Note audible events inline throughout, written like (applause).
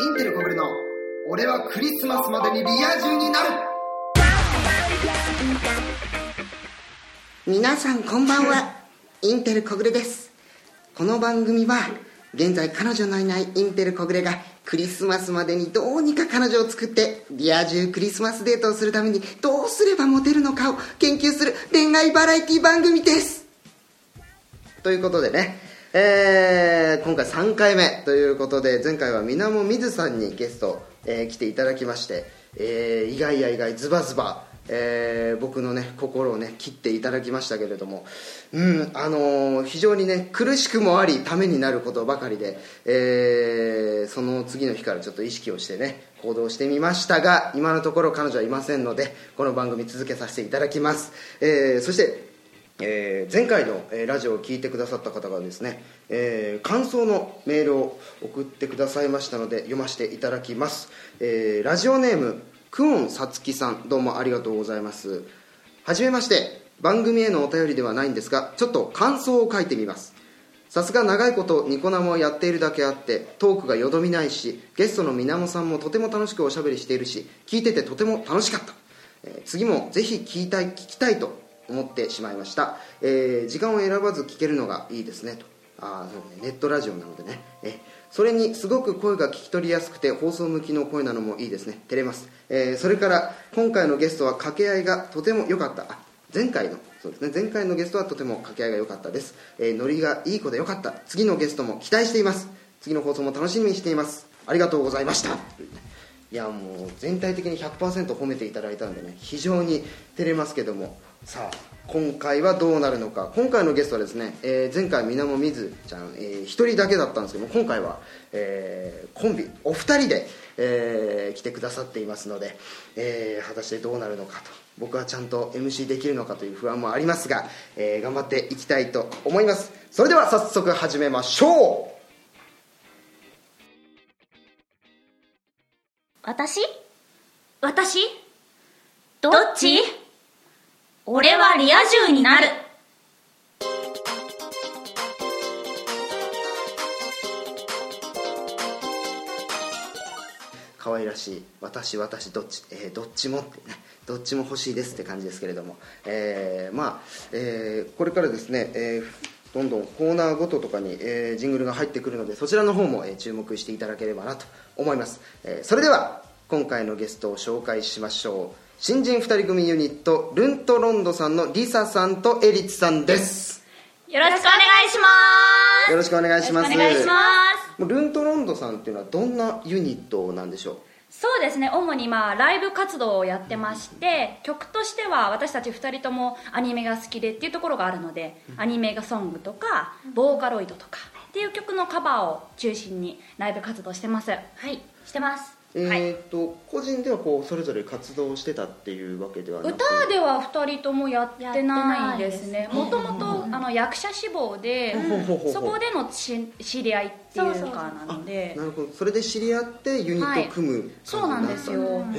インテル小暮の俺はクリスマスまでにリア充になる皆さんこんばんはインテル小暮ですこの番組は現在彼女のいないインテル小暮がクリスマスまでにどうにか彼女を作ってリア充クリスマスデートをするためにどうすればモテるのかを研究する恋愛バラエティ番組ですということでねえー今回3回目ということで前回はみなもみずさんにゲスト、えー来ていただきまして、えー意外や意外ズバズバ、えー僕のね心をね切っていただきましたけれどもうんあのー非常にね苦しくもありためになることばかりで、えーその次の日からちょっと意識をしてね行動してみましたが今のところ彼女はいませんのでこの番組続けさせていただきます、えーそしてえー前回の、えーラジオを聞いてくださった方がですね、えー感想のメールを送ってくださいましたので読ませていただきます、えーラジオネームクオンさつきさんどうもありがとうございますはじめまして番組へのお便りではないんですがちょっと感想を書いてみますさすが長いことニコ生をやっているだけあってトークがよどみないしゲストのみなもさんもとても楽しくおしゃべりしているし聞いててとても楽しかった、えー次もぜひ聞いたい聞きたいと思ってしまいました、えー時間を選ばず聞けるのがいいですねとあーそうねネットラジオなのでねえそれにすごく声が聞き取りやすくて放送向きの声なのもいいですね照れます、えーそれから今回のゲストは掛け合いがとても良かったあ前回のそうですね前回のゲストはとても掛け合いが良かったです、えーノリがいい子で良かった次のゲストも期待しています次の放送も楽しみにしていますありがとうございましたというねいやもう全体的に100%褒めていただいたんでね非常に照れますけどもさあ今回はどうなるのか今回のゲストはですね、えー前回みなもみずちゃん、え1人だけだったんですけども今回は、えーコンビお二人で、えー来てくださっていますので、えー果たしてどうなるのかと僕はちゃんと MC できるのかという不安もありますが、えー頑張っていきたいと思いますそれでは早速始めましょう私私どっち俺はリア充になる可愛らしい私私どっち、えーどっちもって (laughs) ねどっちも欲しいですって感じですけれども、えーまあ、えーこれからですね、えーどんどんコーナーごととかに、えージングルが入ってくるのでそちらの方も、えー注目していただければなと思います、えーそれでは今回のゲストを紹介しましょう新人2人組ユニットルントロンドさんのリサさんとエリツさんですよろしくお願いしますよろしくお願いしますよろくお願いしますもうルントロンドさんっていうのはどんなユニットなんでしょうそうですね主にまあライブ活動をやってまして曲としては私たち2人ともアニメが好きでっていうところがあるのでアニメがソングとかボーカロイドとかっていう曲のカバーを中心にライブ活動してますはいしてます、えはいーと個人ではこうそれぞれ活動してたっていうわけではなく歌では2人ともやってないんですやねもともとあの役者志望でほうほうほうそこでのし知り合いっていうかなのでなるほどそれで知り合ってユニットを組む感じそうなんですにっよたへ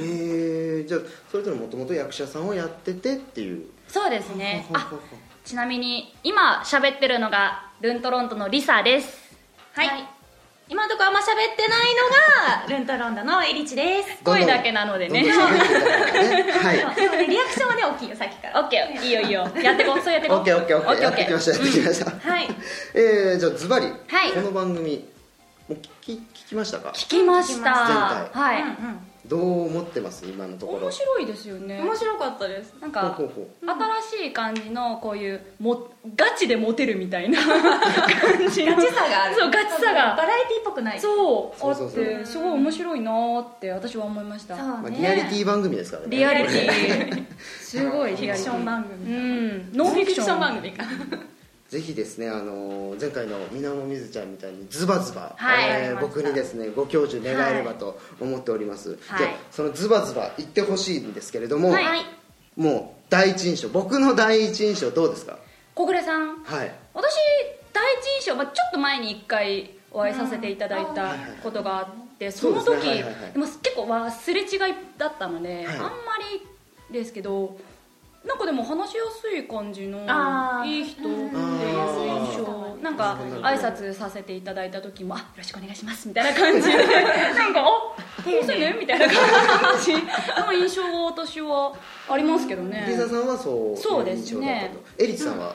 えじゃあそれぞれもともと役者さんをやっててっていうそうですねほうあほうほうちなみに今喋ってるのがルントロントのリサですはい、今のところあんま喋ってないのがルントロンドのエリチですどんどん声だけなのでねどんどん喋 (laughs) ってたからねはいそうでもねリアクションはね大きいよさっきかオらッケーいいよいいよやってこうそうやってこうオッケーオッケーオッケーやってきましたやってきました、はいえーじゃあズバリ、いこの番組もう聞き聞きましたか聞きました聞きました前回はい、どう思ってます今のところ面白いですよね面白かった (laughs) ですなんかほうほうほう新しい感じのこういうもガチでモテるみたい (laughs) な感じのガチさがあるそうガチさがバラエティっぽくないそうそあうそうっそうてすごい面白いなーって私は思いましたそうまあ、ねリアリティ番組ですからねリアリティ (laughs) すごいフィクション番う組んノンフィクション番組かぜひですね、あのー前回のみなもみずちゃんみたいにズバズバ、はいえー僕にですねご教授願えればと思っております、はいでそのズバズバ言ってほしいんですけれども、はいもう第一印象僕の第一印象どうですか小暮さんはい私第一印象、まあ、ちょっと前に1回お会いさせていただいたことがあってそのそう時ですねはいはいはいでも結構忘れ違いだったので、はいあんまりですけどなんかでも話しやすい感じのあーいい人っていう印象なんか挨拶させていただいた時も「あよろしくお願いします」みたいな感 (laughs) じでなんか「おどうせね」みたいな感じの印象が私はありますけどねリサさんはそういうそうです印ね象だったとエリツさんは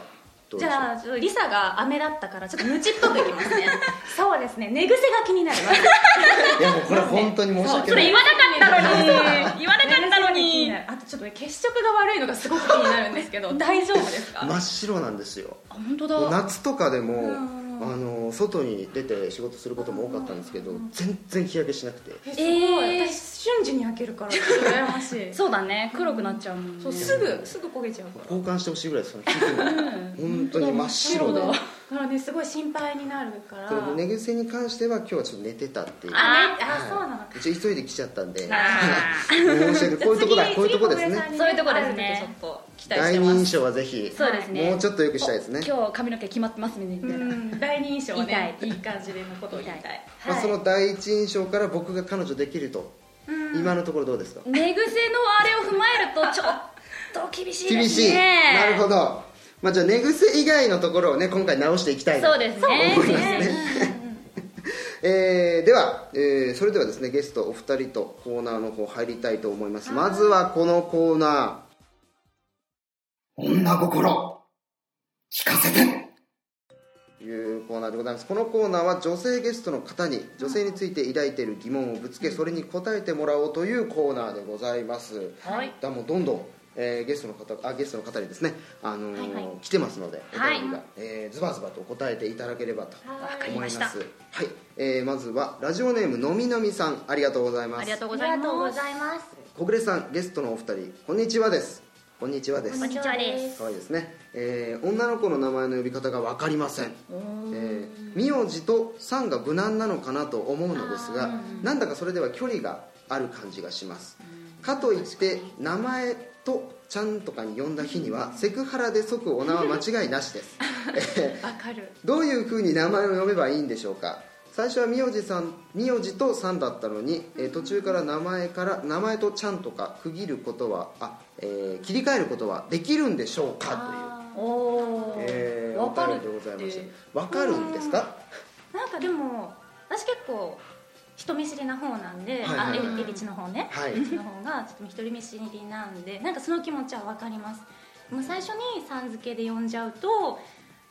どうじでしょうゃあちょっとリサが飴だったからちょっとムチっとくいきますね (laughs) そうですね寝癖が気になるいやもうこれ本当に申し (laughs) そ訳なれい言わなかった (laughs) のに言わなかったのにあとちょっとね血色が悪いのがすごく気になるんですけ (laughs) ど大丈夫ですか真っ白なんですよあ本当もうだ夏とかでもんあの外に出て仕事することも多かったんですけど全然日焼けしなくてえすごごいい、私瞬時に開けるから羨まし (laughs) いそうだね黒くなっちゃうもんねそうすぐすぐ焦げちゃうから交換してほしいぐらいですその皮膚も本当に真っ白でそうだだからねすごい心配になるからそれで寝癖に関しては今日はちょっと寝てたっていうあねはあいそうなのか一応急いで来ちゃったんであ申し訳こういうとこだ次こういうとこです次小暮ねさんにそういうとこですね会える時ちょっと期待第二印象はぜひそうですねもうちょっとよくしたいですねお今日髪の毛決まってますねみたいなうん第二印象はねい言いい感じでのことを言いたい言いまあその第一印象から僕が彼女できると今のところどうですか寝癖のあれを踏まえるとちょっと厳しいで厳すしいねなるほどまあじゃあ寝癖以外のところをね今回直していきたいなそうですね思いますねえーでは、えーそれではですねゲストお二人とコーナーの方入りたいと思いますまずはこのコーナ女心、聞かせて。ーいうコーナーでございますこのコーナーは女性ゲストの方に女性について抱いている疑問をぶつけそれに答えてもらおうというコーナーでございますはいだもうどんどん、えーゲストの方あゲストの方にですね、あのーはいはい来てますのでおはい便りが、えーズバズバと答えていただければとわかり思いまますしたはい、えーまずはラジオネームのみのみさんありがとうございますありがとうあごりざいがとうまごすざいます小暮さんゲストのお二人こんにちはですこんにちはですこんにちはです可愛いですね、えー女の子の名前の呼び方が分かりませんえー名字とさんが無難なのかなと思うのですがなんだかそれでは距離がある感じがしますかといって名前とちゃんとかに呼んだ日にはセクハラで即お名は間違いなし (laughs) です、えーわかるどういうふうに名前を呼べばいいんでしょうか最初は名字さん名字とさんだったのに、えー途中から名前から名前とちゃんとか区切ることはあ、えー切り替えることはできるんでしょうかおおという、えーわかお便るってりでございましたわかるんですかなんかでも私結構人見知りな方なんで、はいはいあエビエビチの方ね、はいエビチの方がちょっと人見知りなんでなんかその気持ちは分かりますもう最初にさん付けで呼んじゃうと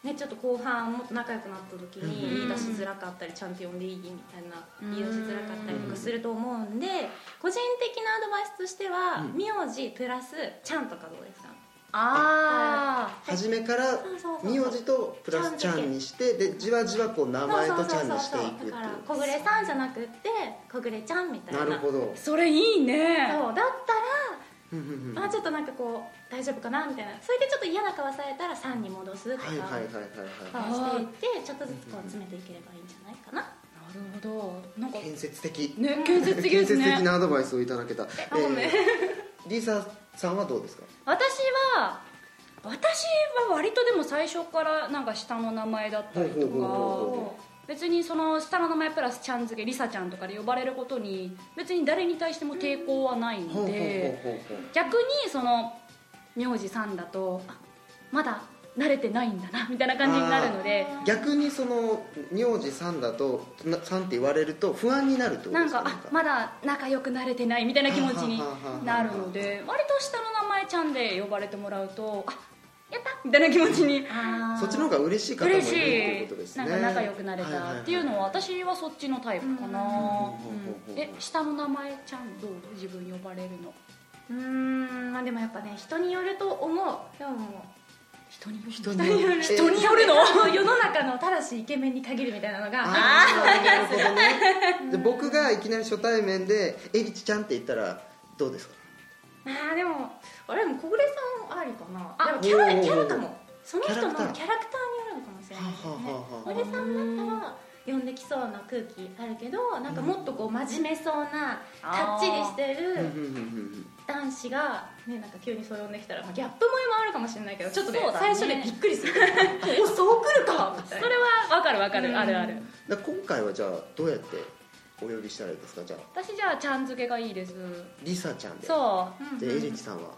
ね、ちょっと後半もっと仲良くなった時に言い出しづらかったりちゃんと呼んでいいみたいなうん言い出しづらかったりとかすると思うんで個人的なアドバイスとしては名字プラスちゃんとかどうですかあ初めからそうそうそう名字とプラスちゃんにしてでじわじわこう名前とちゃんにしていくっていだうから小暮さんじゃなくって小暮ちゃんみたいななるほどあそれいいねそうだったうんうんうんら、まあ、ちょっとなんかこう大丈夫かなみたいなそれでちょっと嫌な顔されたら3に戻すとか、はいはいはいはいはしていってちょっとずつこう詰めていければいいんじゃないかな、なるほどなんかい建設的ね (laughs) 建設的です (laughs) 建設ね的なアドバイスをいただけた、ごめんーリサさんはどうですか私は私は割とでも最初からなんか下の名前だったりほうほうほうほうとか別にその下の名前プラスちゃん付けりさちゃんとかで呼ばれることに別に誰に対しても抵抗はなほいうほうのほうでほうほう逆にその名字さんだとあまだ慣れてないんだなみたいな感じになるので逆にその名字さんだとなさんって言われると不安になるってことなでんすかかあまだ仲良くなれてないみたいな気持ちになるので割と下の名前ちゃんで呼ばれてもらうとあやったみたいな気持ちにあそっちの方が嬉しい方もいる嬉っしていういことですねなんか仲良くなれたっていうのは私はそっちのタイプかなうんえ下の名前ちゃんどう自分呼ばれるのうーんまあでもやっぱね人によると思うでもも人による人による (laughs) 人によるのう世の中のただしイケメンに限るみたいなのがあーなるほどねで僕がいきなり初対面で「えりちちゃん」って言ったらどうですかあーでもあれでも小暮さんありかなあでもキャラおーキャラかもその人のキャキャララククタターーによるのかもしれないですはあねはあはあ小暮さんだったら呼んできそうな空気あるけどなんかもっとこう真面目そうなかあーっちりしてうんうるんうん男子が、ね、なんか急にそう呼んできたら、まあ、ギャップ萌えもあるかもしれないけどちょっとねそうだ最ね初でびっくり (laughs) するおそう来るかみたいそなれはわかるわかうんるあるあるうんだから今回はじゃあどうやってお呼びしたらいいですかじゃあ私じゃあちゃん付けがいいですりさちゃんでそでえりちさんは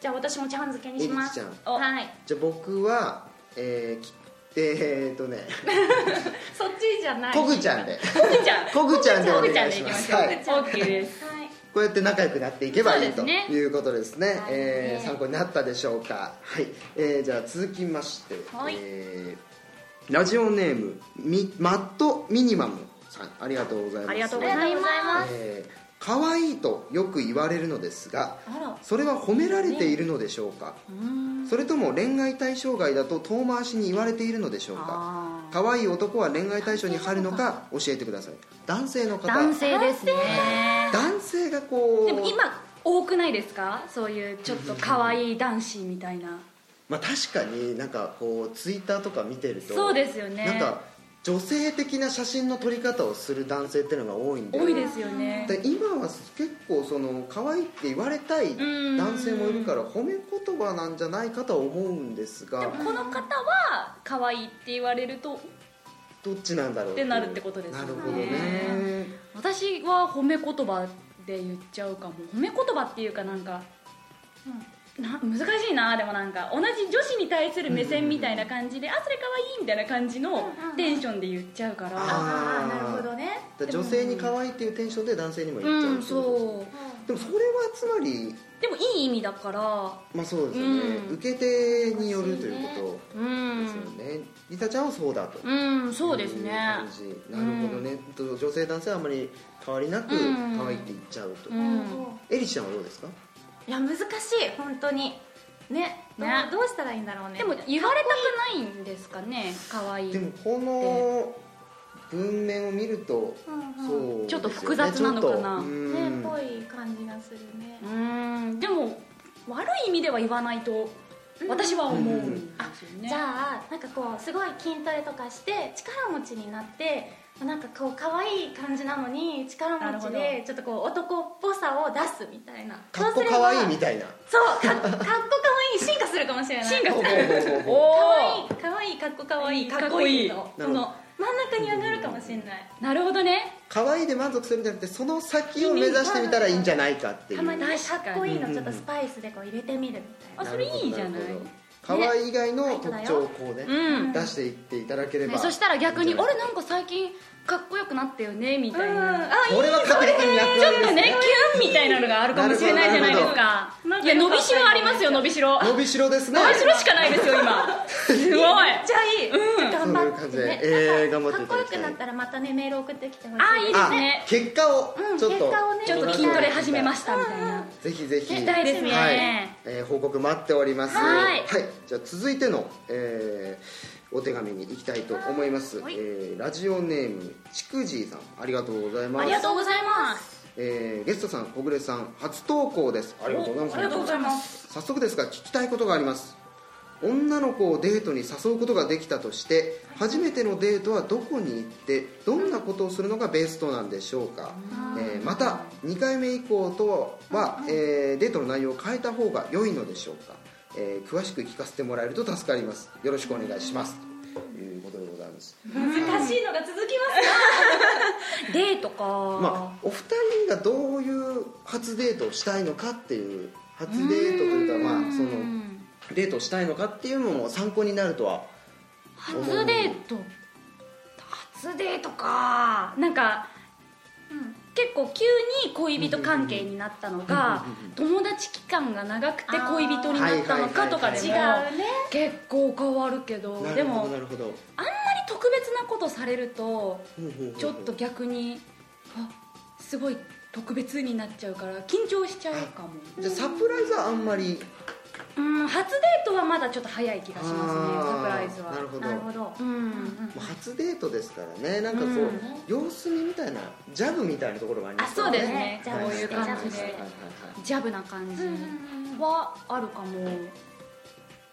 じゃあ私もちゃん漬けにしますえりつちゃんはいじゃあ僕はえー、きえー、っとねそっちじゃないコグちゃんでコグちゃんコグちゃんでおコ願グちゃんいでいしきまますしはょうい OK ですはいこうやって仲良くなっていけばいいそとうですねいうことですねはいえー参考になったでしょうかはい、えー、じゃあ続きまして、はいえーラジオネームみマットミニマムさんありがとうございますありがとうあごりざがいとうございますえー可愛いとよく言われるのですがあらそれは褒められているのでしょうかうーんそれとも恋愛対象外だと遠回しに言われているのでしょうかあー可愛い男は恋愛対象に入るのか教えてください男性の方男性ですね男性がこうでも今多くないですかそういうちょっと可愛い男子みたいなまあ、確かになんかこうツイッターとか見てるとそうですよねなんか女性的な写真の撮り方をする男性っていうのが多いんで多いですよねで今は結構その可愛いって言われたいうん男性もいるから褒め言葉なんじゃないかとは思うんですでがもこの方は可愛いって言われるとどっちなんだろうってなるってことですなよねるほどね私は褒め言葉で言っちゃうかも褒め言葉っていうかなんかな難しいなでもなんか同じ女子に対する目線みたいな感じで、あそれ可愛いみたいな感じのうんうんテンションで言っちゃうかあらああなるほどねだから女性に可愛いっていうテンションで男性にもう言っちゃうってんことですねそうでもそれはつまりでもいい意味だからまあそうですよね、うん受け手によるというこうとんですよね、リタちゃんはそうだと、うんそうですいうね感じなるほどね、と女性男性はあまり変わりなくうん可愛いって言っちゃうと、ううんんエリちゃんはどうですかいや難しい本当にねどうねどうしたらいいんだろうねでも言われたくないんですかね可愛いでもこの文面を見ると、うんうんそうですよねちょっと複雑なのかなちょっとうんねっぽい感じがするねうんでも悪い意味では言わないと私は思うんですよねじゃあなんかこうすごい筋トレとかして力持ちになってなんかこう可愛い感じなのに力なる持ほちどでちょっとこう男っぽさを出すみたいなかっこ可愛いみいたいなそうかかっこ可愛い進化するかもしれない進化ほうすほるうほうほうおお可愛い可愛いかっこ可愛いかかっっここいいいいのなこるほどの真ん中に上がるかもしれないなるほどね可愛いで満足するんじゃなくてその先を目指してみたらいいんじゃないかっていうたまにね確かかにっこいいのちょっとスパイスでこう入れてみるみたいなあそれいいじゃないるほど可愛い以外の特徴をこうね、うん出していっていただければ、ねそしたら逆にい「いんじゃ俺ないなんか最近かっこよくなったよね」みたいうんなあいいこれは確実に役割ですねねキュンみたいなのがあるかもしれないじゃないですかなるほどいや伸びしろありますよ伸びしろ伸びしろですね伸びしろしかないですよ今すごいめっちゃいい、うん頑張って、そういうね感じでえーな頑張んかっていだきたいかったこよくなったらまたねメール送ってきてほしいあいいですあね結果をうんちょっと、結果をねちょっと筋トレ始めまししたみたいなたぜひぜひ聞きたいですねはいえー報告待っておりますはいじゃあ続いての、えーお手紙に行きたいと思います、はいえーラジオネームちくじいさんありがとうございますありがとうございますえーゲストさん小暮さん初投稿ですありがとうございますありがとうございます早速ですが聞きたいことがあります女の子をデートに誘うことができたとして初めてのデートはどこに行ってどんなことをするのがベストなんでしょうか、えーまた2回目以降とは、えーデートの内容を変えた方が良いのでしょうか、えー詳しく聞かせてもらえると助かりますよろしくお願いしますということでございます難しいのが続きま (laughs) すデートかまあ、お二人がどういう初デートをしたいのかっていう初デートというかまあそのデートをしたいのかっていうのも参考になるとは初デート初デートかなんか結構急に恋人関係になったのか友達期間が長くて恋人になったのかとかでも違うね結構変わるけどなでるほもどなるほどあんまり特別なことされるとちょっと逆にあすごい特別になっちゃうから緊張しちゃうかもじゃあサプライズはあんまりうん初デートはまだちょっと早い気がしますねサプライズはあーなるほどなるほどううんんもう初デートですからねなんかこう、うん様子見みたいなジャブみたいなところがありますあそうですねはいこういう感じではいはいはいジャブな感じうんうんうんはあるかもうんはい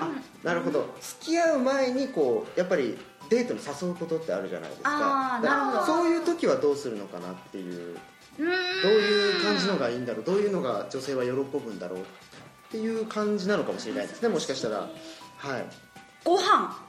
あなるほど付き合う前にこうやっぱりデートに誘うことってあるじゃないですかあーだからなるほどそういう時はどうするのかなっていうどうどういう感じのがいいんだろうどういうのが女性は喜ぶんだろうっていう感じなのかもしれないですねもしかしたらはいご飯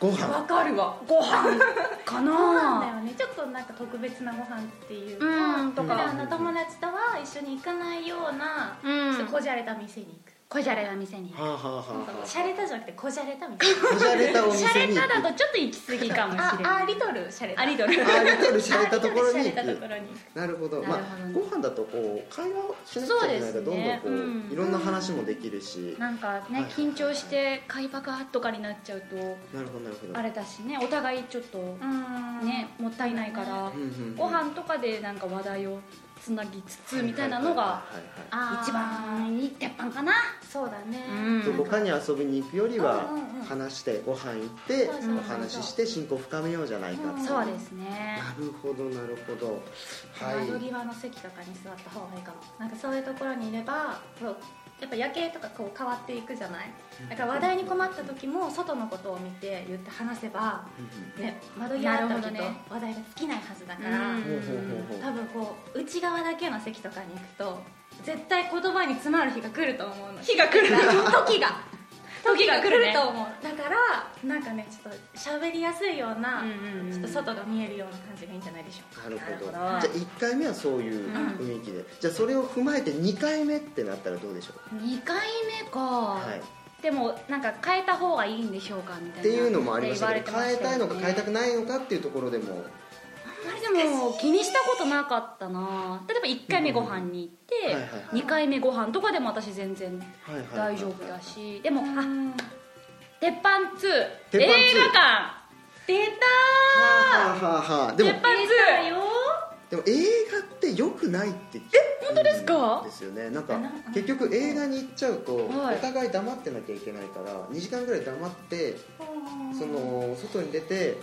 ごわ飯かるわご飯かなご飯だよねちょっとなんか特別なご飯っていうか、うんと普か段の友達とは一緒に行かないような、うんちょっとこじゃれた店に行くこじゃれな店にはあはあはあはシャレたじゃなくてこじゃれたみたいなあこじゃれたおシャ店レに行たくだとちょっと行き過ぎかもしれあなあいリトルシャレたアリドルあリトルしゃれたところに行あリトルシャレたくところになるほどまあなるほご飯だとこう会話をしなきゃいけないからそうですどんどんねこうんういろんな話もできるしなんかはいねはい緊張して会話がとかになっちゃうとなるほどなるほどあれだしねお互いちょっとうんねもったいないかうんうんらうんご飯とかでなんか話題をつなぎつつみたいなのがはいはいはいはいあー一番いい鉄板かなそうだね、うんそう他に遊びに行くよりはうんうんうん話してご飯行ってそうそうそうお話しして親交深めようじゃないかっていそうですねなるほどなるほどはい窓際の席とかに座った方がいいかもなんかそういうところにいればこうやっぱ夜景とかこう変わっていくじゃないだから話題に困った時も外のことを見て言って話せば、ね、窓際だったな時とるほどね話題が尽きないはずだから、うんほうほうほうほ多分こう内側だけの席とかに行くと絶対言葉に詰まる日が来ると思うの日が来る時が時 (laughs) 時がが来来るるねと思う、だからなんかねちょっと喋りやすいような、うんうんうんちょっと外が見えるような感じがいいんじゃないでしょうかうなるほどじゃなあるほど1回目はそういう雰囲気でじゃあそれを踏まえて2回目ってなったらどうでしょう2回目か、はいでもなんか変えた方がいいんでしょうかみたいなっていうのもありましたけど言われ変えてたましいよのねか変えたくないのかっていうところでもあんまりでも気にしたことなかったな例えば1回目ご飯に行って、うんはいはいはい2回目ご飯とかでも私全然はいはいはい大丈夫だしでもうあん鉄板2鉄板2映画館出たはあはあはあでーも鉄板だ2よでも映画って良くないってえ本当ですかですよねなんかあな結局映画に行っちゃうとおはい互い黙ってなきゃいけないから2時間ぐらい黙ってその外に出て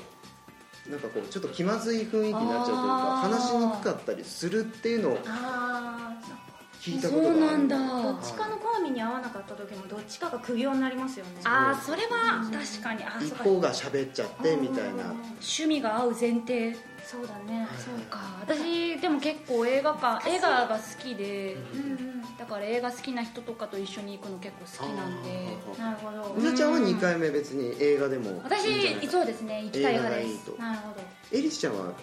なんかこうちょっと気まずい雰囲気になっちゃうというかあー話しにくかったりするっていうのをあー聞いたこそとがあうるなんだどっちかの好みに合わなかった時もどっちかが苦行になりますよねああそれは確かにあー一そうか方が喋っちゃってみたいな趣味が合う前提そうだねそうか私でも結構映画館映画が好きでうんうんだから映画好きな人とかと一緒に行くの結構好きなんであなるほどーうなちゃんは2回目別に映画でもいいんじゃない私かそうですね行きたい映画派がでいいすとなるほどエリスちゃんは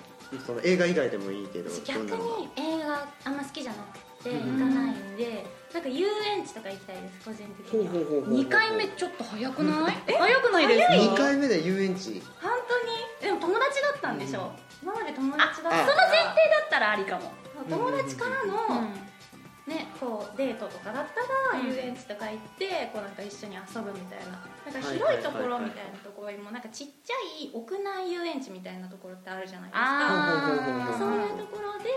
その映画以外でもいいけど私ど逆んなのがに映画あんま好きじゃなくて行うかんないんでなんか遊園地とか行きたいです個人的ほうにほうはほうほうほう2回目ちょっと早くない早くないですか2回目で遊園地本当にでも友達だったんでしょ今まで友達だったあその前提だったらありかも、友達からうのん、ねこうデートとかだったらうん遊園地とか行ってこうなんか一緒に遊ぶみたいななんかはい広はいいところはいはいみたいなところにもなんかちっちゃい屋内遊園地みたいなところってあるじゃないですかあーそういうあところで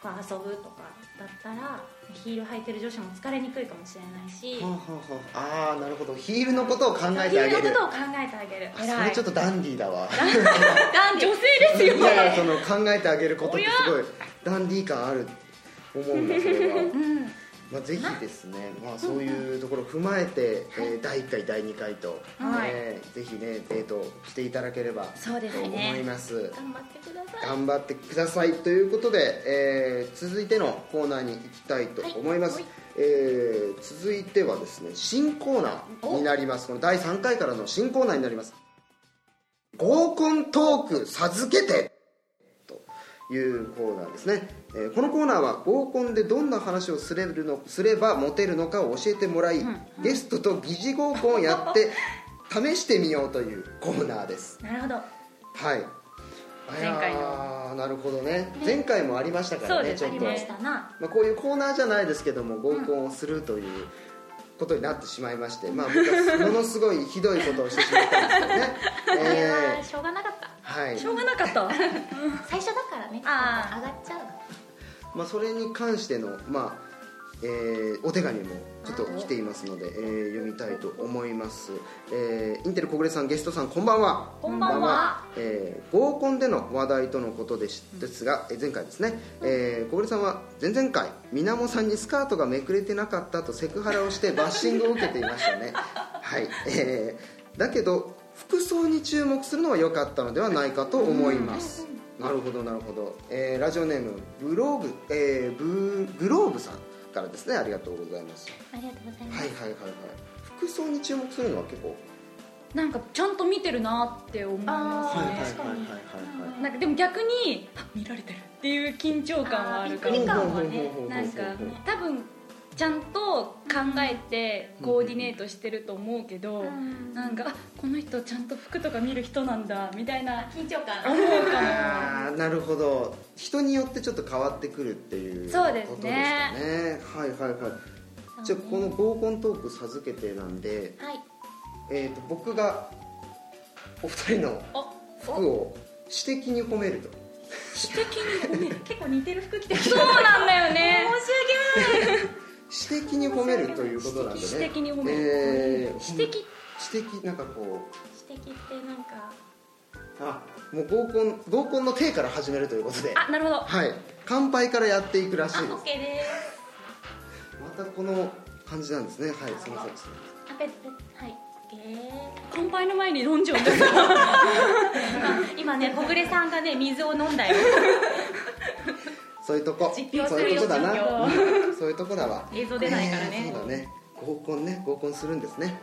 こう遊ぶとかだったらヒール履いてる女子も疲れにくいかもしれないしはあはあはああーなるほどヒールのことを考えヒてあーげルのることを考えてあげるあそれちょっとダンディーだわ男女性ですいよやいやその考えてあげることってすごいダンディー感ある思うんだそれはうんまあぜひですね、まあ、そういうところを踏まえて、えー第1回第2回と、はいえーぜひねデートしていただければそうですと思いねます頑張ってください頑張ってくださいということで、えー続いてのコーナーに行きたいと思います、はいえー続いてはですね新コーナーになりますこの第3回からの新コーナーになります合コントーク授けてというコーナーですね、えーこのコーナーは合コンでどんな話をすれるのすればモテるのかを教えてもらい、ゲストと疑似合コンをやって試してみようというコーナーですなるほどはい。前回のあーなるほどね。前回もありましたからそうね、ですちょあっりと。ましたなまあこういうコーナーじゃないですけども合コンをするということになってしまいまして、まあ僕はものすごいひどいことをしてしまったんですよ (laughs) ね。これえはしょうがなかったーはい。しょうがなかった最初だからねあー上がっちゃうまあそれに関してのまあ。えーお手紙もちょっと来ていますので、えー読みたいと思います、えーインテル小暮さんゲストさんこんばんはこんばんはえー合コンでの話題とのことでしですが、えー前回ですね、えー小暮さんは前々回みなもさんにスカートがめくれてなかったとセクハラをして (laughs) バッシングを受けていましたねはい、えーだけど服装に注目するのは良かったのではないかと思います、なるほどなるほど、えーラジオネームブローブ、えーブグローブさんからですねありがとうございますありがとうございますはいはいはいはい服装に注目するのは結構なんかちゃんと見てるなって思いますあーね確かになんかでも逆にあ見られてるっていう緊張感はあるからあーびっくり感ははねねなんか多分ちゃんと考えてコーディネートしてると思うけど、うんなんかあこの人ちゃんと服とか見る人なんだみたいな緊張感思うかもあーなるほど人によってちょっと変わってくるっていうそうですねことですかねはいはいはいじゃあこの合コントーク授けてなんで、はいえー、と僕がお二人のあ服を私的に褒めると私的に褒める結構似てる服着てるそうなんだよね私的に褒めるということなんでね私的に褒めるえー私的私的なんかこう私的ってなんかあもう合コン合コンの手から始めるということであなるほどはい乾杯からやっていくらしいあです OK ですまたこの感じなんですねはいすみませんあペッペッはい OK 乾杯の前に飲んじゃうんだよ (laughs) 今ね小暮さんがね水を飲んだよそういうとこ実況そうすいるうよとこだな実うんそういうとこだわ映像出ないからえーねそうだね合コンね合コンするんですね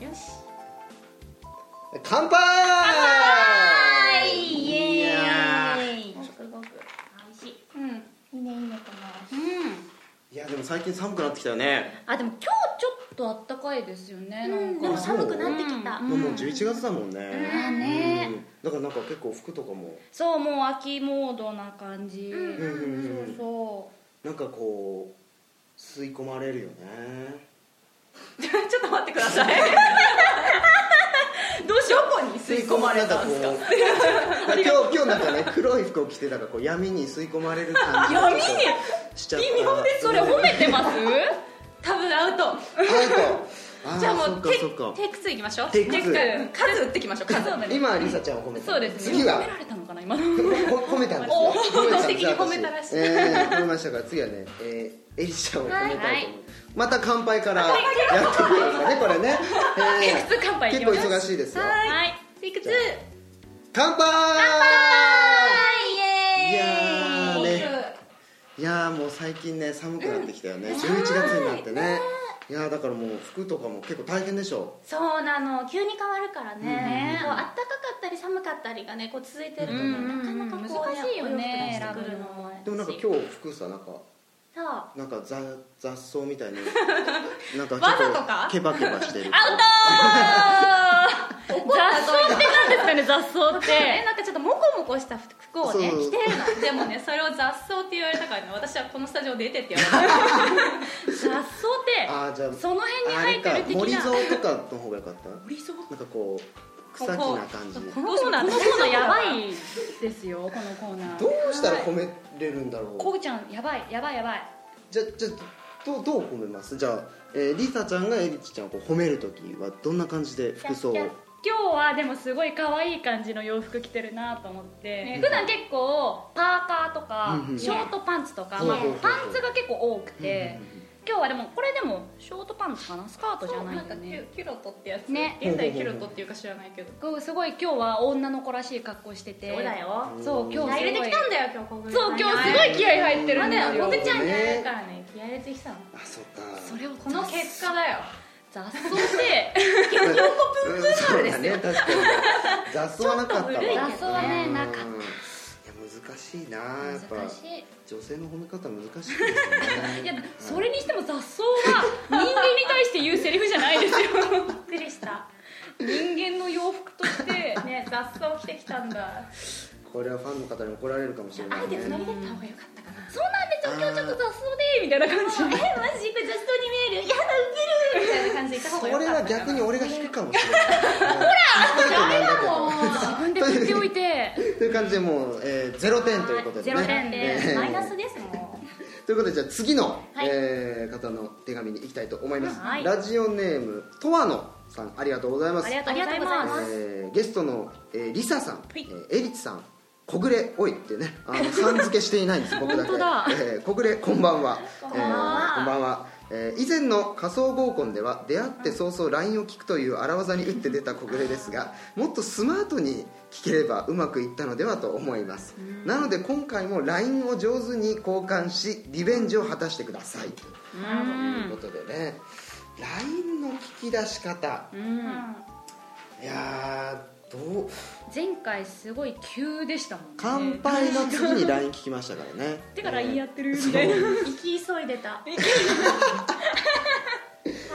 よし乾杯イいエやーイごくごく美味しいうんいいねいいねこのーいやでも最近寒くなってきたよね、あでも今日ちょっと暖かいですよねなんうんかでも寒くなってきたうんもう11月だもんね、だねうんだからなんか結構服とかもそうもう秋モードな感じ、ううんんうんうそうんそなんかこう吸い込まれるよねちょっと待ってくだ (laughs) さいどうしようこに吸い込まれたんですかなんこう今日今日なんかね黒い服を着てたからこう闇に吸い込まれる感じが闇にちょっとしちゃった微妙でうそれ褒めてます (laughs) 多分アウトあじゃあもそうっテかそっかテイク2いきましょうテイクツーー数打ってきましょう数そうだね今はリサちゃんを褒めたそうですね次は (laughs) 褒められたのかな今のほ褒めたんですよおー褒めたんですよ私的に褒めたらしい私えー褒めましたから次はね、えー、エリちゃんを褒めたいと思います、また乾杯からやってくるんですねこれね、えーテイクツー乾杯い結構きましょう忙しいですよはいテイク2じゃ乾杯イいやーね大きいくやーもう最近ね寒くなってきたよね、11月になってねいやーだからもう服とかも結構大変でしょそうなの急に変わるからね、こうあったかかったり寒かったりがねこう続いてるとね、うんなかなかこう、ね、難しいよねお洋服出してくるのもでもなんか日今日服さなんかそうアなんか雑雑草み (laughs) たいになんかわざとか結構ケバケバしてる (laughs) 雑草ってなウトー怒ったぞんですかね雑草っ (laughs) え (laughs) てなんかちょっとモコモコした服をねそう着てるのでも (laughs) ねそれを雑草って言われたからね私はこのスタジオ出てって言わ (laughs) れた雑草ってあーじゃあその辺にあ生れえてかる的森な蔵とかの方が良かった森蔵なんかこう草木な感じこのコーナーこのコーナーやばいですよこのコーナーどうしたら褒めれるんだころううちゃんやばいやばいやばいじゃじゃどうどう褒めますじゃあ、えー、リサちゃんがエリチちゃんをこう褒める時はどんな感じで服装をいや今日はでもすごい可愛い感じの洋服着てるなと思って、普段結構パーカーとかうんうんショートパンツとか、うんまあ、うんパンツが結構多くて、うん今日はでもこれでもショートパンツかなスカートじゃないなよんかキねュキュロットってやつ、ね現在キュロットっていうか知らないけどこうすごい今日は女の子らしい格好しててそうだよそう今気合日入れてきたんよだよ今日小暮さそんうに今日すごい気合入ってるなんんでだすよよ僕小暮ちゃんに会えねるからね気合入れてきたのあそうかそれをここのの結果だよ雑草で横プンプンそうだね確かに雑草はなかったわちょっと古いけど (laughs) 雑草はねなかったうんいや難しいなやっぱ難しい女性の褒め方難しいですね (laughs) いやそれにしても雑草は人間に対して言うセリフじゃないですよびっくりした (laughs) 人間の洋服としてね雑草着てきたんだこれはファンの方に怒られるかもしれ (laughs) あなえいてねつなぎでった方がよかったかなそうなんですよ今日ちょっと雑草でみたいな感じえマジこれ雑草に見えるやだウケるみたいな感じでいた方そがれよかったはかな逆に俺が引くかもしれないほら自分で振っておいて (laughs) という感じでもう、えー、0点ということでねはい0点ですえーマイナスですもんということでじゃあ次の、はいえー方の手紙に行きたいと思います、はいラジオネームとわのさんありがとうございますありがとうございありがとうごまざいますえーゲストの、えー、リサさん、えいー、エリチさん小暮おいっていうねあ (laughs) のさん付けしていないんです僕だけ本当だえー小暮こんばんはこんえばんーはこんばんは、えー以前の仮想合コンでは出会って早々 LINE を聞くという荒技に打って出た小暮ですがもっとスマートに聞ければうまくいったのではと思いますなので今回も LINE を上手に交換しリベンジを果たしてくださいということでね LINE の聞き出し方うんいやーどう前回すごい急でしたもんね乾杯の次に LINE 聞きましたからねてからえー言い合ってるみたいなそう行き急いでた (laughs)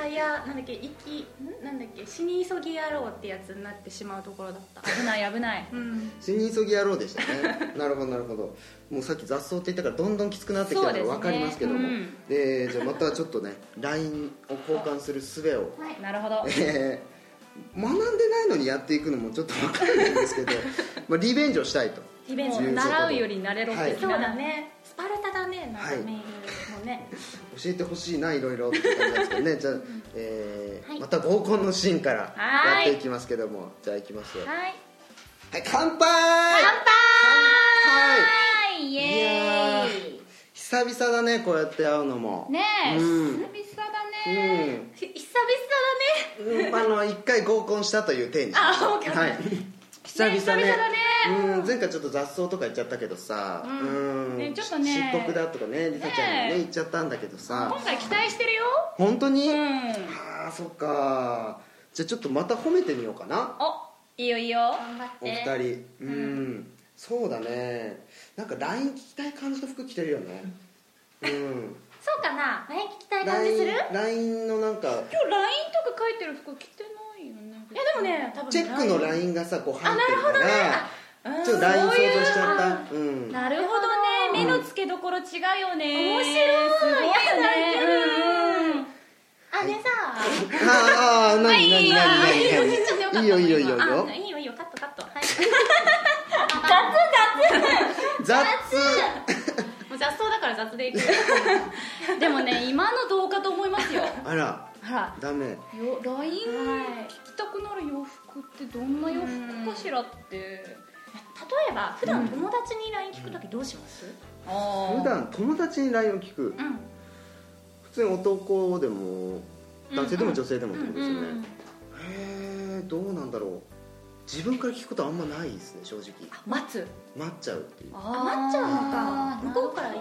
早なんだっけ行きんなんだっけ死に急ぎやろうってやつになってしまうところだった危ない危ないうん死に急ぎ野郎でしたねなるほどなるほどもうさっき雑草って言ったからどんどんきつくなってきたそうでのすね分かりますけども、うんえーじゃあまたちょっとね LINE を交換する術を、なるほどえー学んでないのにやっていくのもちょっと分からないんですけどまあリベンジをしたいとリベンジもう習うより慣れろはい的そうな、だねスパルタだねなんはかいメールもね、教えてほしいないろいろって感じなんですけどねじゃあ、えーはいまた合コンのシーンからはやっいていきますけどもじゃあいきますよはいはい乾杯乾杯はいイいエやーーイ久々だねこうやって会うのもねえ、うん久々だね、うんひ久々うんあの一回合コンしたという体にしましあ OK たはい久々ね久々だねうん前回ちょっと雑草とか言っちゃったけどさうんうんねちょっとね漆黒だとかねりさちゃんにねね言っちゃったんだけどだねさ (laughs) 今回期待してるよ本当にうんああそっかじゃあちょっとまた褒めてみようかなおいいよいいよ頑張っお二て人うんそうだねなんか LINE 聞きたい感じの服着てるよね (laughs) うんそうかな LINE 聞きたい感じする LINE LINE のなんか今日 LINE とか書いてる服着てないよねいやでもね多分チェックのイン LINE がさこう入ってるからちょっと LINE 想像しちゃったうんなるほどね目の付けどころ違うよね面白いすごいよやだねあでさあーあー、なになになになに。いいよいいよいいよいいあよ。いいよいいよカットカットはい雑。もう雑草だから雑でいくうんでもね今のどうかと思いますよあら、ほらダメ。よ LINE はい聞きたくなる洋服ってどんな洋服かしらって例えば普段友達に LINE 聞くときどうしますあー普段友達に LINE を聞く。うん普通に男でも男性でも女性でもってことうですよんね。へえ、どうなんだろう。自分から聞くことはあんまないですね、正直。待つ待っちゃうっていう。ああ待っちゃうのか向こうかららで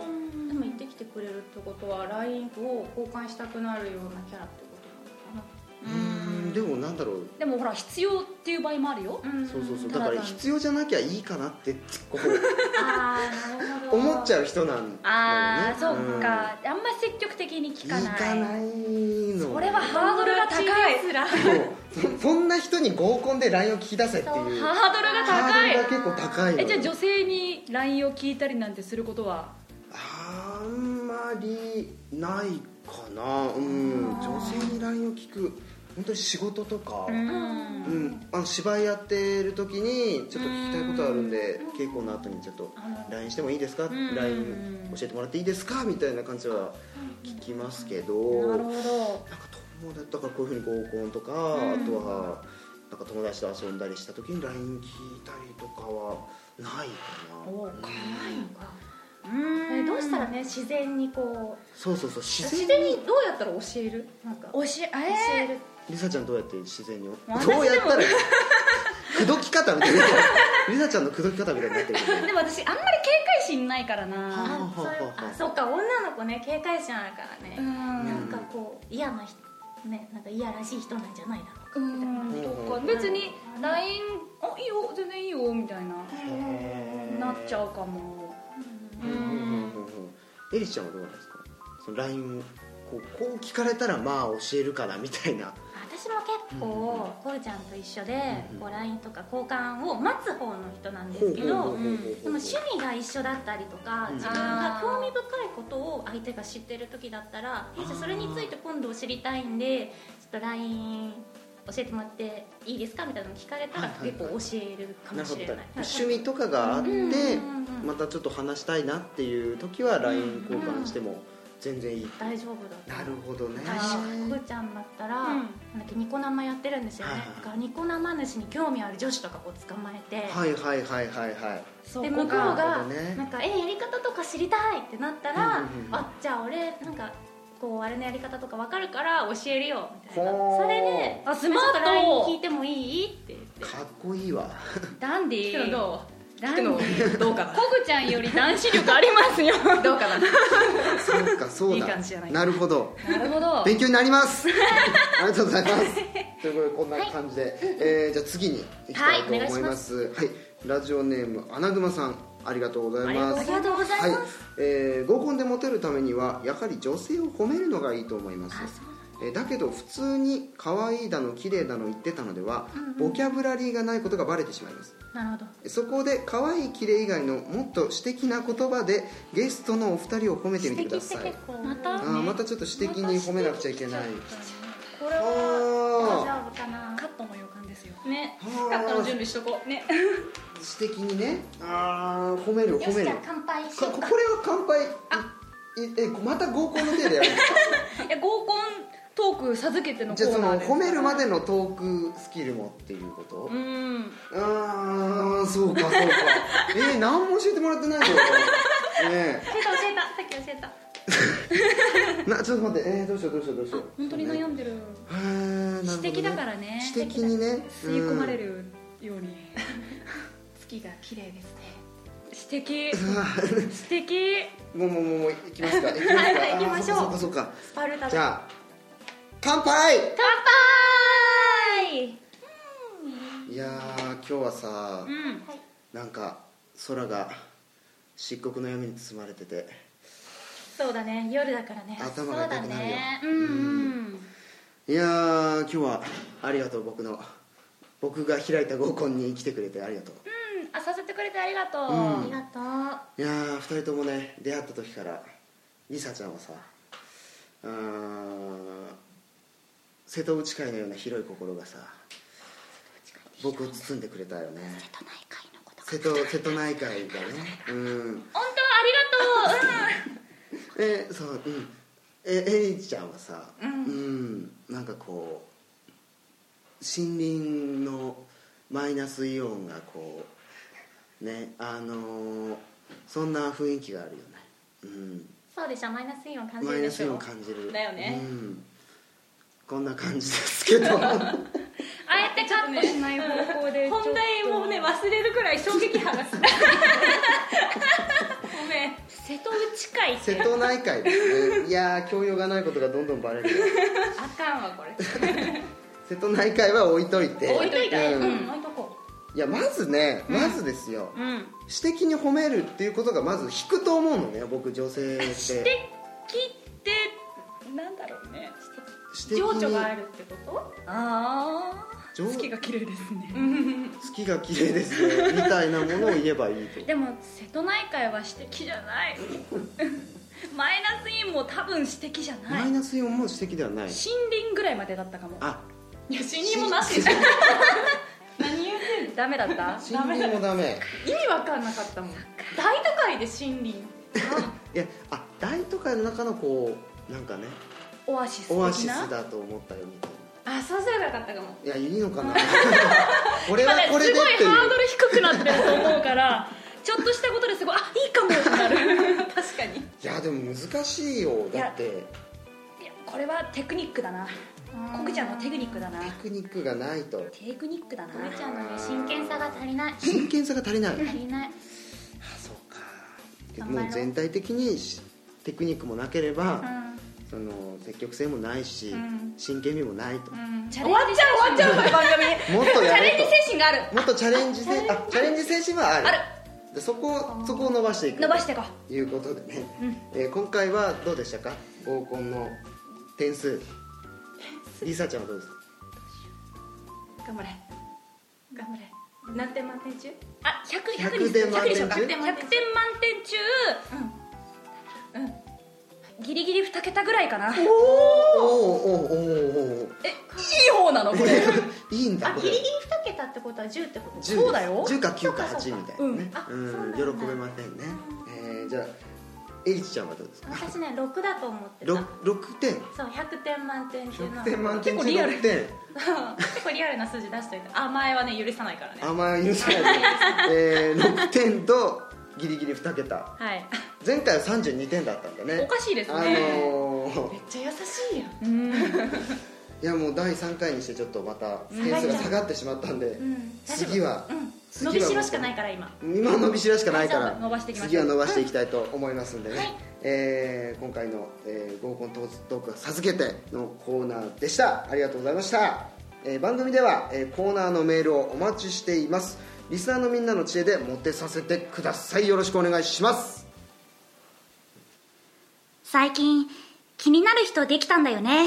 も言ってきてくれるってことは LINE を交換したくなるようなキャラってことうーん、でもなんだろう。でもほら必要っていう場合もあるよなのかなそうそうそう。だだかから必要じゃなきゃいいかなってこうらあーなるほど思っちゃうゃう人なんああだそよね。うかあんま積極的に聞うん。か行かないないの。これはハードルが高いそうそ (laughs) そんな人に合コンで LINE を聞き出せっていうハードルが高いハードルが結構高いのえじゃあよ女性に LINE を聞いたりなんてすることはあんまりないかなうん女性に LINE を聞く本当に仕事とか、うんんあの芝居やってる時にちょっと聞きたいことあるんで稽古の後にちょっと LINE してもいいですかん LINE 教えてもらっていいですかみたいな感じは聞きますけどなるほなんか友達だからこういうふうに合コンとか、あとはなんか友達と遊んだりした時に LINE 聞いたりとかはないかなおううんどうんえどうしたらね自然にこうそうそうそう自自然然ににどうやったら教えるなんか教え教ええるりさちゃんどうやって自然にど私うやったら口説き方みたいになってるりさちゃんの口説き方みたいになってるーでも私あんまり警戒心ないからなはあそういうあそっか女の子ね警戒心あるからねうんなんかこう嫌な人ねなんか嫌らしい人なんじゃないだろうかうみたいな、んうんとか別に LINE「あいいよ全然いいよ」みたいななっちゃうかもうんうんうんうんうんエリちゃんはどうなんですかその LINE をこうこう聞かれたらまあ教えるかなみたいな私も結構こうちゃんと一緒でうんこう LINE とか交換を待つ方の人なんですけどんでも趣味が一緒だったりとかうん自分が興味深いことを相手が知ってる時だったら「えじゃあそれについて今度知りたいんでちょっと LINE 教えてもらっていいですか?」みたいなの聞かれたらはいはい結構教えるかなもるほしどれない。趣味とかがあって、うんうんうんまたちょっと話したいなっていう時は LINE 交換しても全然いい、大丈夫だったなるほどねだからふーちゃんだったら、うんなんだっけニコ生やってるんですよね、はいはいだからニコ生主に興味ある女子とかこう捕まえて、はいはいはいはいはいそでこ向こうがなるがほどねなんか「えやり方とか知りたい!」ってなったらうん「うんうんあじゃあ俺なんかこうあれのやり方とか分かるから教えるよ」みたいなほーそれで「あスマート (laughs) ちょっと LINE 聞いてもいい?」って言ってかっこいいわダンディけどどう聞くのどうかなコグちゃんより男子力ありますよどうかなそうかそうだいい感じじゃないるほどなるほど勉強になります (laughs) ありがとうございますということでこんな感じで、えーじゃあ次にいきたいと思います,、はいラジオネームアナグマさんありがとうございますありがとうございますはいえー合コンでモテるためにはやはり女性を褒めるのがいいと思いますえーだけど普通に可愛いだの綺麗だの言ってたのでは、ボキャブラリーがないことがバレてしまいますなるほどそこで可愛い綺麗以外のもっと詩的な言葉でゲストのお二人を褒めてみてください構またあーまたちょっと詩的に褒めなくちゃいけないこれは大あ丈夫かなカットの予感ですよーねあカットの準備しとこうねー詩的にねあー褒める褒めるか乾杯ここれは乾杯いえまた合コンの手でやるん (laughs) ですかいや合コントーク授けてのコじゃあそーナーのです褒めるまでのトークスキルもっていうことうんあーそうかそうかえー、何も教えてもらって (laughs) ないぞ俺ね教えた教えたさっき教えたえなちょっと待ってえー、どうしようどうしようどうしよう本当にね悩んでるへーなるほどね指摘だからね指摘にね吸い込まれるるように月が綺麗ですね指摘指摘もうもうもうもう行きますか (laughs) 行きますかはいはい行きましょうあーそうかそうかスパルそタうかじゃあ乾杯乾杯いやー今日はさうんなんか空が漆黒の闇に包まれててそうだね夜だからね頭が痛くなるよ、うんうんいやー今日はありがとう僕の僕が開いた合コンに来てくれてありがとうあさせてくれてありがとう、うんありがとういやー2人ともね出会った時からリサちゃんはさうーん瀬戸内海のような広い心がさ僕を包んでくれたよね瀬戸瀬戸内海がねうん本当ありがとう、えそううんえエリちゃんはさうんんなんかこう森林のマイナスイオンがこうねあのーそんな雰囲気があるよねうんそうでしょマイナスイオン感じマるイナでスしイょオン感じるだよねうん、こんな感じですけ (laughs) どあえてカットしない方向でちょっと本題もね忘れるくらい衝撃波が (laughs) すごいごめん瀬戸内海っ瀬て戸内海ですねいやー教養がないことがどんどんバレるよあかんわこれ瀬戸内海は置いといて置いといてううんん置いとこういやまずねまずですよ、うん私的に褒めるっていうことがまず引くと思うのね僕女性って指摘ってなんだろうね指摘に情緒があるってことあ情あ月が綺麗ですね、月が綺麗ですねみたいなものを言えばいいとでも瀬戸内海は指摘じゃ (laughs) ないマイナスインも多分指摘じゃないマイ森ナスイオンも指摘ではない林ぐらいまでだったかもあいや死にもなしでしょ何言ってんのダメだった森林もダメ意味わかんなかったもん大都会で森林いやあ大都会の中のこうなんかねオアシス的なオアシスだと思ったよみたいあそうすればよかったかもないやいいのかなこれ今はねこれすでっごいていうハードル低くなってると思うからちょっとしたことですごいあいいかもってなる (laughs) 確かにいやでも難しいよだっていやこれはテクニックだなコグちゃんのテクニックだなテクニックがないとテクニックだなめちゃんのね真剣さが足りない真剣さが足りない足りないあそうかけど頑張ろうもう全体的にしテクニックもなければう、んその積極性もないし、うん真剣味もないと、うんチ終ャレンジわっちゃう終わっちゃうこの番 (laughs) 組もっとチやャレれンとジ精神があるもっとチャレンジ精あチャレンジ精神はあるあるでそこをそこを伸ばしていく伸ばしていこうということでね、えー今回はどうでしたか合コンの点数リサちゃんはどうですか頑張れ頑張れ何点満点中あ百100 100点満点中100点満点中うんうんギリギリ2桁ぐらいかなおーおーおーおーおーえいい方なのこれいいんだあこギリれギリ2桁ってことは10ってこと10そうだよ10か9か8みたいなねそうかそうかうんうんあそうなんだ喜べませんね、えーじゃあエリチちゃんはどうですか私ね6だと思ってた 6, 6点そう100点満点中の100点満点中結構 (laughs) リアル6点うん結構リアルな数字出しといた甘えはね許さないからねあんま許さないで、えー、6点とギリギリ2桁はい前回は32点だったんだねおかしいですねあのーめっちゃ優しいやんうんいやもう第3回にしてちょっとまた点数が下がってしまったんで、うん大丈夫次はうん伸びしろしかないから今今は伸びしろしかないから伸ばしていきまし次ょうは伸ばしていきたいと思いますんでね、はいえー今回の、えー合コントークトークは授けてのコーナーでしたありがとうございました、えー番組では、えーコーナーのメールをお待ちしていますリスナーのみんなの知恵でモテさせてくださいよろしくお願いします最近気になる人できたんだよね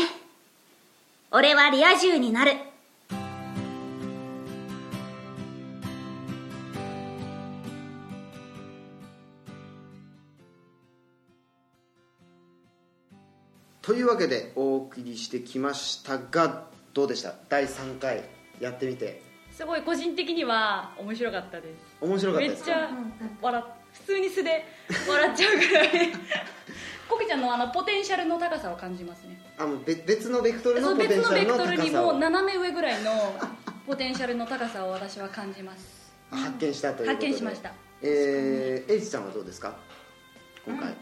俺はリア充になるというわけでお送りしてきましたがどうでした第3回やってみてすごい個人的には面白かったです面白かっためっですちかゃ笑っ普通に素で笑っちゃ (laughs) うぐらいコケちゃんのあのポテンシャルの高さを感じますねあもう別別のベクトルそののポテ別ンシャのベルのクトル高にさもうを斜め上ぐらいのポテンシャルの高さを私は感じます発見したということで発見しましたえー、エイジさんはどうですか今回、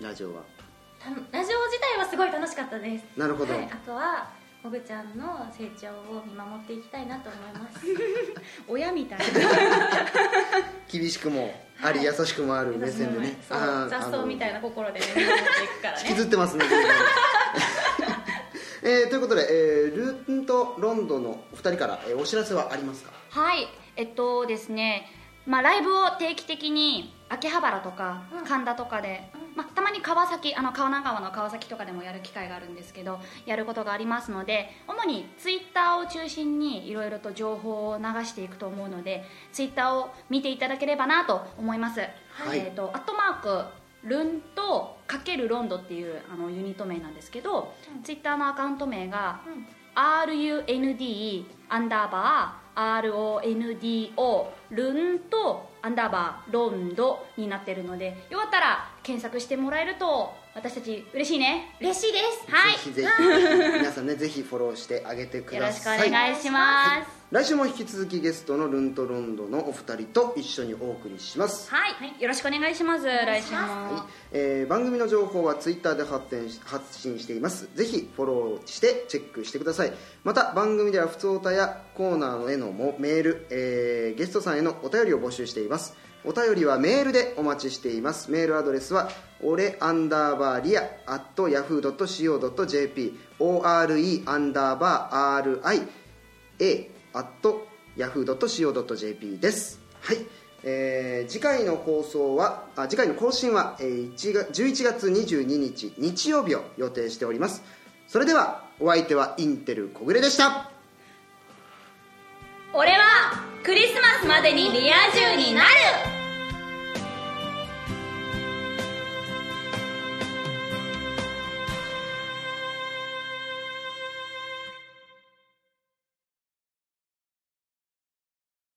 ラジオはたラジオ自体はすごい楽しかったですなるほど、はい、あとはもぐちゃんの成長を見守っていきたいなと思います親みたいな厳しくもあり、優しくもあ (laughs) る目線でねそうあー雑あ草のみたいな心でね見守っていくから引きねずってますね全然 (laughs) えー、ということで、えー、ルーンとロンドのお二人から、えーお知らせはありますかはいえっとですねまあ、ライブを定期的に秋葉原とかうん神田とかで、まあ、たまに川崎あの川長川の川崎とかでもやる機会があるんですけどやることがありますので主にツイッターを中心にいろいろと情報を流していくと思うのでツイッターを見ていただければなと思います、いえっ、とアットマークルンとかけるロンドっていうあのユニット名なんですけど、ツイッターのアカウント名が、RUND アンダーバー RONDO ルンとアンダーバーロンドになってるのでよかったら検索してもらえると私たち嬉しいね嬉しいですはいぜひぜ (laughs) ひ皆さんねぜひフォローしてあげてくよろだしくおさい願いします来週も引き続きゲストのルンとロンドのお二人と一緒にお送りしますはい、よろしくお願いします来週も、えー番組の情報はツイッターで発展し発信していますぜひフォローしてチェックしてくださいまた番組では普通歌やコーナーへのもメール、えーゲストさんへのお便りを募集していますお便りはメールでお待ちしていますメールアドレスは俺アンダーバーリアアットヤフー .co.jp ore アンダーバー ria アット yahoo.co.jp ですはい、えー次回の放送はあ次回の更新は、えー1月11月22日日曜日を予定しておりますそれではお相手はインテル小暮でした俺はクリスマスまでにリア充になる